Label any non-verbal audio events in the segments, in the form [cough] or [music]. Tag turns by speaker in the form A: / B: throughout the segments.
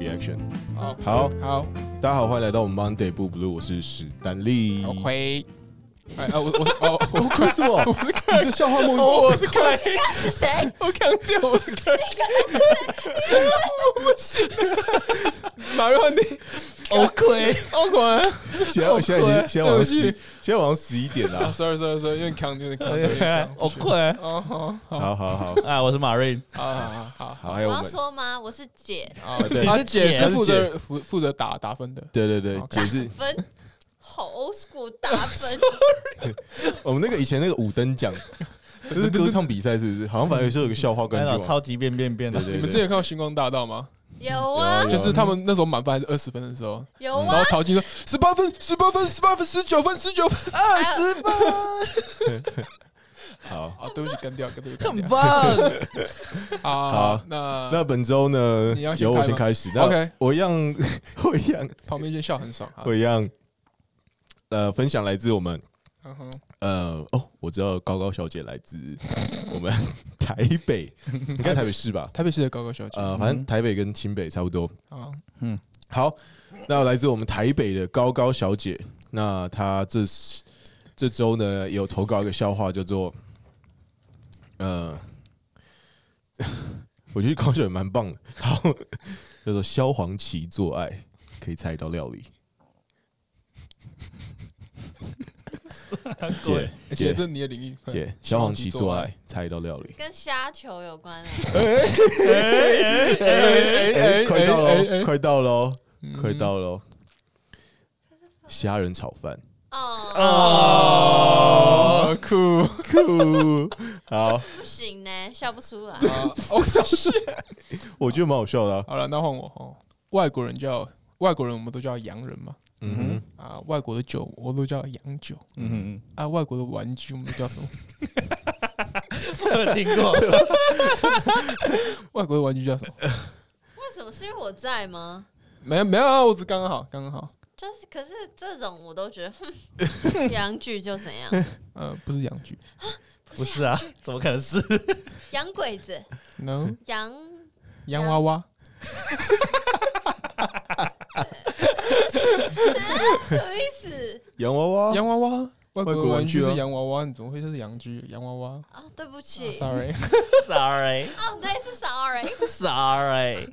A: Action。
B: 好
A: 好，
B: 好，
A: 大家好，欢迎来到我们 Monday Blue Blue，我是史丹利。
B: 我亏。哎啊，我我是哦， [laughs] 我是
A: 哦，快速哦，我是你这笑话梦
B: 哦，我是亏。
C: 刚是谁？
B: 我强调我是亏。马瑞你
D: 欧亏，
B: 我滚！
A: 现在现在已经现在晚上十，
B: 对
A: 现在
B: 不
A: 晚上十一点了
B: 啊。，sorry sorry sorry，有点强，有点强，有点强。
D: 欧
B: 不行
D: 亏
B: 哦，好，好，
A: 好好好
D: 啊！我是马瑞，
B: 好，好，好。
A: 好，还
C: 我
A: 有我
C: 要
A: 们，
C: 说吗？我是姐
B: 啊
A: 对
B: 啊
D: 你是
B: 姐
D: 姐
B: 是
A: 她是
B: 负责负负责打打分的，
A: 对对对，
B: OK
A: 解释
C: 分，好 old school 打分，
A: 我们那个以前那个五等
B: [laughs]
A: 奖，这是歌唱比赛是不是？好像反正有时候有个笑话冠
D: 那种
A: 军嘛。
D: 超级变变变的
A: 对，对
B: 你
A: 对，
B: 们之前有看到星光大道吗？
C: 有啊
A: 有
B: 就是他们那时候满分还是二十分的时候，
C: 有
B: 然后
C: 啊，
B: 陶晶说十八分、十八分、十八分、十九分、十九分
D: 二十分，
A: 好。
B: 啊！对不起，干掉，对不起，干
D: 很
B: 掉。
D: 棒！
B: 好
A: 好，
B: 那
A: 那本周呢
B: 你要，先
A: 由
B: 开
A: 我
B: 吗
A: 先开始。那
B: OK
A: 我一样， [laughs] 我一样，
B: 旁边先笑很爽啊。
A: 我一样，呃，分享来自我们
B: 嗯哼，
A: 呃，哦，我知道高高小姐来自我们台北，应该台北市
B: [laughs]
A: 吧？
B: 台北市的高高小姐
A: 呃，
D: 嗯
A: 反正台北跟新北差不多。
B: 啊，
A: 好，那来自我们台北的高高小姐，那她这是这周呢有投稿一个笑话，叫做呃， [laughs] 我觉得高高小姐蛮棒的，好，叫做萧煌奇做爱可以猜一道料理，姐姐
B: 而且哎这是你的领域，快
A: 姐，萧煌奇做
B: 做爱
A: 爱猜一道料理。
C: 跟虾球有关啊。
B: 哎哎
A: 哎，快到
B: 哎
A: 喽，快到哦喽，
B: 嗯
A: 快到喽！虾仁炒饭，
C: 哦，
D: 哦，
A: 酷酷，好，
C: 不行呢，笑不出来。
B: 啊！我想是
A: 我觉得蛮好笑的啊。
B: 好了，那换我哦。外国人叫外国人，我们都叫洋人嘛。
A: 嗯
B: 啊，外国的酒我都叫洋酒
D: 嗯，
B: 啊，外国的玩具我们都叫什么？
D: [laughs]
B: [laughs]
D: 我有听过，
B: 外国的玩具叫什么？
C: 为什么？是因为我在吗？
B: 没有没有啊，我只刚刚好刚刚好。
C: 就是，可是这种我都觉得，哼，洋剧就怎样，
B: 呃，不是洋剧
D: [laughs] 不是啊，怎么可能是？
C: 洋鬼子，
B: ，no，
C: 洋
B: 洋娃娃。
C: 什么意思？
A: 哼，洋娃娃，
B: 洋娃娃，外
A: 国
B: 国
A: 玩
B: 玩具
A: 具啊
B: 是洋娃娃，你怎么会是洋具？洋娃娃
C: 哦，对不
B: 啊
C: 起，
B: ，sorry，
D: Sorry，Sorry，
C: 哦，对，是 sorry，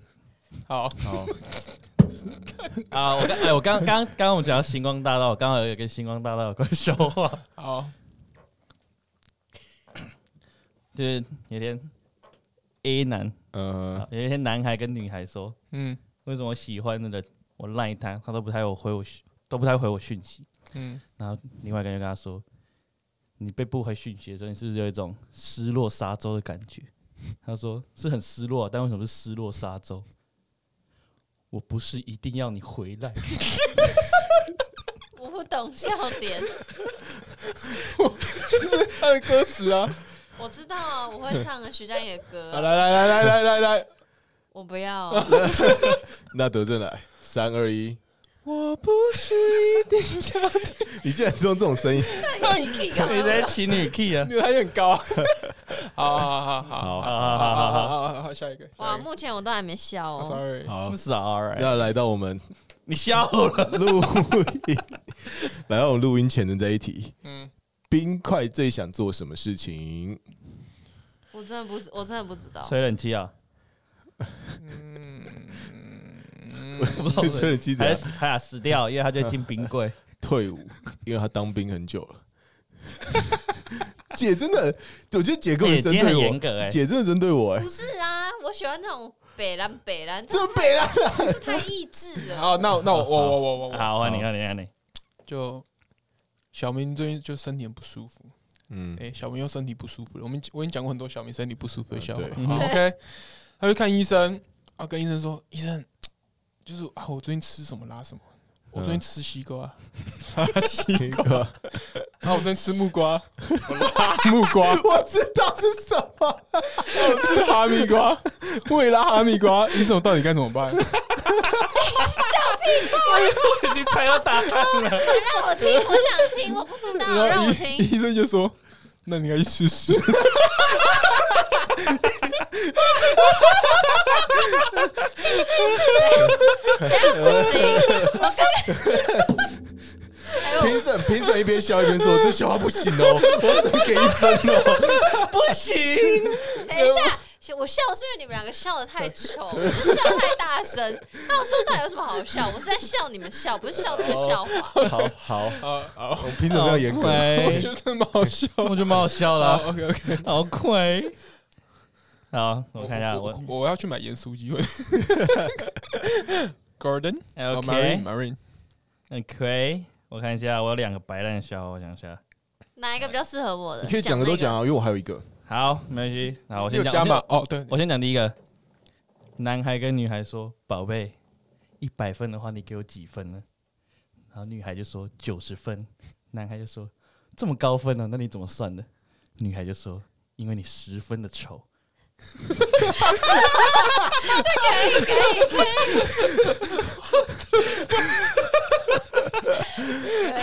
B: 好，
A: 好，
D: 啊，我刚哎，我刚刚刚刚我们讲到星光大道，我刚好有一个星光大道有关笑话，
B: 好，
D: [laughs] 就是有一天 A 男，
A: 呃，
D: 有一天男孩跟女孩说，
B: 嗯
D: 为什么我喜欢的人，我赖他，他都不太有回我讯，都不太回我讯息。
B: 嗯，
D: 然后另外一个人就跟他说：“你被不回讯息的时候，你是不是有一种失落沙洲的感觉？”他说：“是很失落啊，但为什么是失落沙洲？我不是一定要你回来，
C: 我不懂笑点，
B: 他的歌词啊，
C: 我知道啊，我会唱徐佳莹的歌
B: 好
C: 啊，
B: 来来来来来来来，
C: 我不要啊。
A: 那德正来，三二一，
B: 我不是一定要
A: 你竟然是用这种声音，
C: [laughs]
D: 你在情侣 key 啊
B: 你，的还很高，好好
A: 好
B: 好好好
D: 好好好好好
B: 好好好，下一个，
C: 哇，目前我都还没笑
B: 好
C: 哦。
B: 啊，sorry，
A: 好
D: 好，，sorry，
A: 那来到我们
D: 你笑了，
A: 录音， [laughs] 来到我们录音前的这一题，
B: 嗯，
A: 冰块最想做什么事情？
C: 我真的不知，我真的不知道。
D: 吹冷气啊，我不知道为什么
A: 吹冷气怎
D: 还
A: 样
D: 是还想死掉，因为他就进冰柜，
A: 啊退伍，因为他当兵很久了。 [laughs] 姐真的，我觉得姐根本
D: 姐
A: 针
D: 姐
A: 对
D: 很
A: 我
D: 严，格哎，
A: 姐真的针对我哎、
C: 不是啊，我喜欢那种北蓝北蓝，这
A: 这北啦，
C: 太益智了。
B: [laughs] 好，那那我我我我我我
D: 好，换你，换你，换你，
B: 就小明最近就身体很不舒服，
A: 嗯，
B: 哎、小明又身体不舒服了。我们我已经讲过很多小明身体不舒服的笑话。
A: 嗯
D: 对
B: 好
D: 嗯
B: ，OK，他去看医生，啊，跟医生说，医生，就是啊，我最近吃什么拉什么，我最近吃西瓜，
A: 西瓜，
B: 啊，我最近吃木瓜，我拉木瓜，
A: [laughs] 我知道是什么，
B: [laughs] 我吃哈密瓜，我也拉哈密瓜，医生，我到底该怎么办？
D: 我已经猜到答案了，
C: 让我听，我想听，我不知道，
B: 然
C: [laughs] 让
B: 后
C: 我
B: 医
C: 听。
B: 医生就说，那你该去吃屎。 [laughs]
A: 笑一边说：“这笑话不行哦，我只能给一分哦。
D: 不行，
C: 等一下，我笑是因为你们两个笑的太丑，笑太大声。那我说到底有什么好笑？我是在笑你们笑，不是笑这个笑话。”
A: 好好，
B: 好好，
A: 我们凭什么要严格？
B: 我
D: 乖
B: 觉得蛮好笑。
D: 我觉得蛮好
B: [laughs]
D: 笑的啊、
B: 好 OK OK，
D: 好快。好， [laughs] 我看一下，我
B: 我我要去买盐 [laughs] 酥鸡。我 Gordon，哦
D: 哎 OK
B: ，Marine，Marine，
D: OK，我看一下，我有两个白烂笑话，我想一下。
C: 哪一个比较适合我的？
A: 你可以讲的都讲
C: 那
A: 啊，因为我还有一个。
D: 好，没关系。好，我
B: 你
D: 先
B: 有
D: 讲
B: 加
D: 我先
B: 码哦，对，
D: 我先讲第一个，男孩跟女孩说：“宝贝，一百分的话，你给我几分呢？”然后女孩就说：“九十分。”男孩就说：“这么高分呢、那你怎么算的？”女孩就说：“因为你十分的丑。
C: 个可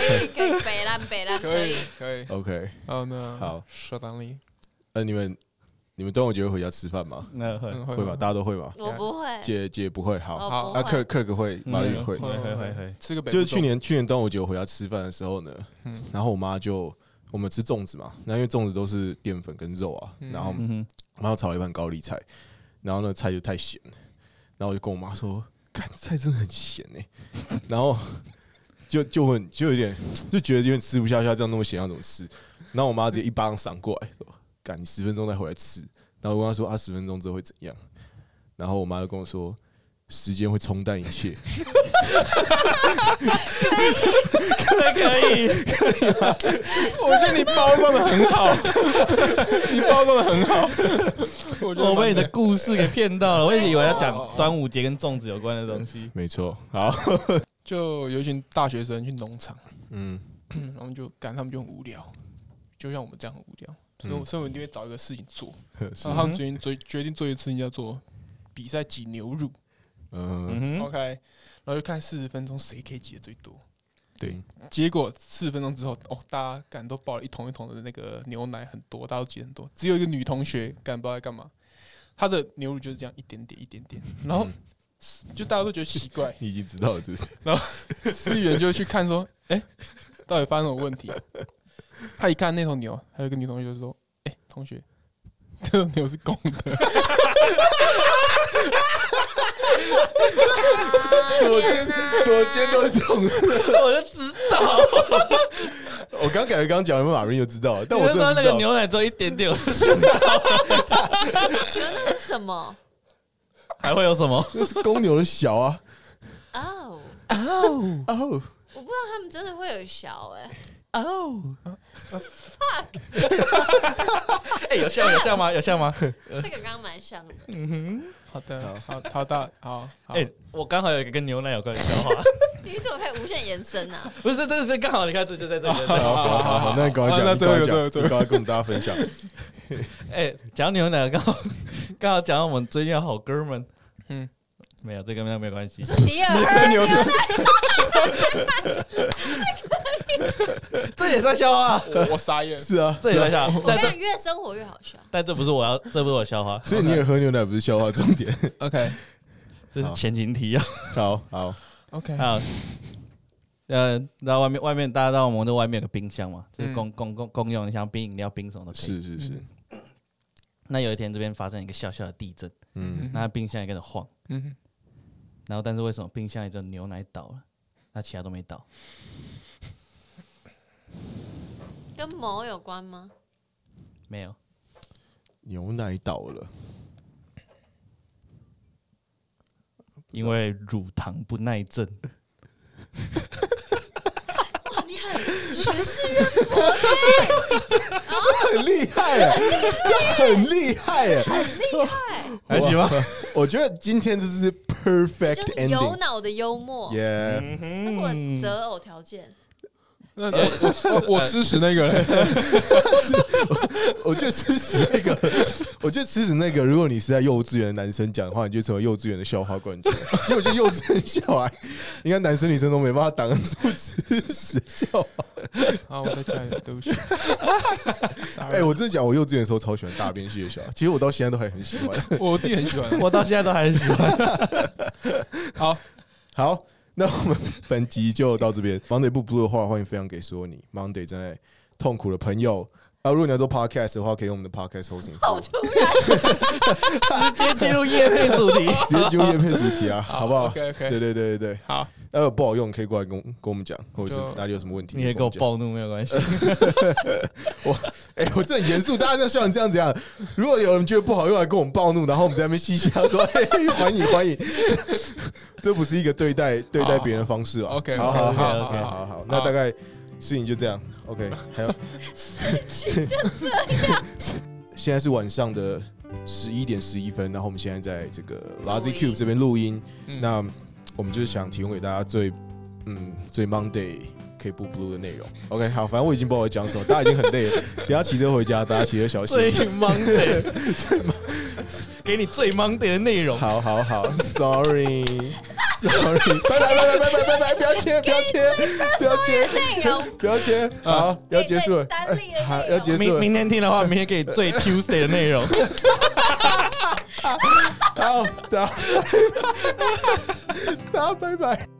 C: 以可以北烂北烂
B: 可
C: 可
B: 以
C: 以。
B: 可以。
A: OK，
B: 哦，那
A: 好，
B: 适当力，
A: 呃，你们你们端午节会回家吃饭吗？
D: 那呃会
B: 嗯
A: 会吧，大家都会吧？
C: 我不会，
A: 姐姐不会，好，
B: 好
C: 我
A: 那
C: 哦不
A: 克。
C: 会
A: 克克会，马云会
D: 嗯，会会会会
B: 吃个北部
A: 就是去
B: 粽
A: 年去年端午节我回家吃饭的时候呢，
B: 嗯
A: 然后我妈就我们吃粽子嘛，那因为粽子都是淀粉跟肉啊，
B: 嗯
A: 然后
D: 嗯哼，
A: 然后炒了一盘高丽菜，然后呢菜就太咸了，然后我就跟我妈说，看菜真的很咸哎、然后就就很就有点就觉得有点吃不下去，它这样那么咸要怎么吃？然后我妈直接一巴掌闪过来，说：“赶你十分钟再回来吃。”然后我跟她说：“啊，十分钟之后会怎样？”然后我妈就跟我说：“时间会冲淡一切。
D: 可以，
B: 我觉得你包装的很好，你包装的很好。我觉得
D: 我被你的
B: 蛮
D: 故事给骗到了，我一直以为要讲端午节跟粽子有关的东西”。
A: 没错，好， [laughs]
B: 就有一群大学生去农场，
A: 嗯，
B: 然后就干，他们就很无聊，就像我们这样很无聊，所以我所以我一定会找一个事情做。
A: 是嗯
B: 然后他们决定决决定做一次，情叫做比赛挤牛乳。
A: 嗯，
D: 嗯哼，
B: OK，然后就看四十分钟谁可以挤的最多。
A: 对，，
D: 嗯
B: 结果四十分钟之后，哦，大家干都抱了一桶一桶的那个牛奶，很多，大家都挤很多。只有一个女同学干不知道在干嘛，她的牛乳就是这样一点点一点点，然后就大家都觉得奇怪
A: 你已经知道了是不是？
B: 司仪员就去看说，哎、到底发生什么问题？他一看那头牛，还有一个女同学就说，哎、同学， [laughs] 这头牛是公
A: [laughs]
B: 的。
A: 我今
C: 我
A: [laughs] 我今天都是这种
D: 我就知道，
A: 我刚感觉刚讲完马云就知道了，但我
D: 就
A: 真
D: 知道
A: 的
D: 那
A: 不
D: 个
A: 知道
D: 牛奶只有一点点，
C: 觉得那是什么？
D: 还会有什么？
A: 那是公牛的小啊。
C: 哦，
A: 哦
C: 我不知道他们真的会有小哎、
A: 哦，
D: [laughs] 哎，有像有像吗？有像吗？
C: 这个刚刚蛮像的。
B: 好的，好，好大，好，好，
D: [laughs] 哎、我刚好有一个跟牛奶有关的笑 [laughs] 话，
C: 你怎么可以无限延伸呢、啊？
D: 不是，这这是刚好，你看，这就在这里。就在这里
A: 好好好好，那你赶快讲，
B: 啊那
A: 你
B: 最后一
A: 赶快
B: 个
A: 讲，
B: 最
A: 你赶快跟我们大家分
B: [laughs]
A: 享。
D: 哎、讲到牛奶，刚好刚好讲到我们最近的好哥们，嗯
B: 嗯，
D: 没有，这跟那没关系
C: 你，说你也喝牛奶？
D: 这也算笑话，
B: 我我
A: [laughs]
B: 傻眼，
A: 是
B: [laughs]
A: 啊，
D: 这也算笑话，
C: 我
D: 但
C: 跟你
D: 是
C: 讲，越生活越好笑。
D: 但这不是我要，这不是我的笑话，
A: 所以你也喝牛奶不是笑话重
B: [laughs]
A: 点。
B: OK
D: 这是前情提要。
A: 好好，
B: OK，
D: 好，呃，然后外面外面大家知道我们的外面有个冰箱嘛，就是
B: 嗯
D: 公公公公用，你想冰饮料、冰什么都可以。
A: 是是是，
D: 那有一天这边发生一个小小的地震，
A: 嗯，
D: 那冰箱也跟着晃，
B: 嗯，
D: 然后但是为什么冰箱里只有牛奶倒了，那其他都没倒？
C: 跟某有关吗？
D: 没有，
A: 牛奶倒了， [laughs]
D: 因为乳糖不耐症。
C: 哇，你很学识渊
A: 很厉害耶，这很厉害
B: [laughs]
A: 耶，
C: 博，
D: 还行吧
A: 哇？我觉得今天这是 perfect
C: 就是有
A: ending，
C: 脑的幽默。
A: 耶，
D: [laughs]
C: 那如果择偶条件，
B: 那我我我支持
A: [laughs]
B: 那个
A: 呃
B: 人，
A: 我觉得吃屎那个， [laughs] 我觉得吃屎那个，如果你是在幼稚园的男生讲的话，你就成为幼稚园的笑话冠军。 [laughs] 其实我觉得幼稚园小孩，应该男生女生都没办法挡得住吃屎的笑话。
B: 好，我再加油，对不起。
A: [laughs] 哎、我真的讲，我幼稚园的时候超喜欢大便系的笑话，其实我到现在都还很喜欢。 [laughs]
B: 我自己很喜欢。啊
D: 我到现在都还很喜欢。
B: 好，
A: 好，那我们本集就到这边。Monday 不 blue 的话，欢迎分享给所有你 Monday 正在痛苦的朋友。啊，如果你要做 podcast 的话，可以用我们的 podcast hosting 服务
C: 好 [laughs] 突然，
D: 直接进入夜配主题。
A: 直接进入夜配主题啊，好不好？
B: ？OK OK，
A: 对对对对对，
B: 好，
A: 待会不好用可以过来跟我跟我们讲，或者是
B: 就
A: 哪里有什么问题，
D: 你也给我
A: 报。
D: 暴怒没有关系，
A: 哎、我这很严肃，大家在笑成这样子啊！如果有人觉得不好用，还跟我们暴怒，然后我们在那边嘻嘻哈哈说：“哎、欢迎欢迎。”这不是一个对待对待别人的方式啊。
B: OK，
A: 好好
B: OK，
A: 好
D: 哦 OK，OK
A: 好好好，那大概事情就这样。OK，还 [laughs] 有
C: 就这样。
A: [laughs] 现在是晚上的十一点十一分，然后我们现在在这个 Lazy
C: 录音
A: Cube 这边录音。
B: 嗯
A: 那我们就是想提供给大家最嗯最 Monday 可以不 blue 的内容。OK，好，反正我已经不知道我在讲什么，大家已经很累 [laughs] 了，等一下骑车回家，大家骑车小心。
D: 最 Monday，给你最 Monday 的内容。
A: 好好好，sorry sorry，拜拜拜拜拜拜拜拜，不要切不要切不要切
C: 内容
A: 不要切，好要结束了，
C: 单立的
A: 哎好
C: 内容
A: 要结束
D: 明
A: 了，
D: 明天听的话，明天给你最 Tuesday 的内容。
A: Oh, [laughs] 好，大家大家拜拜。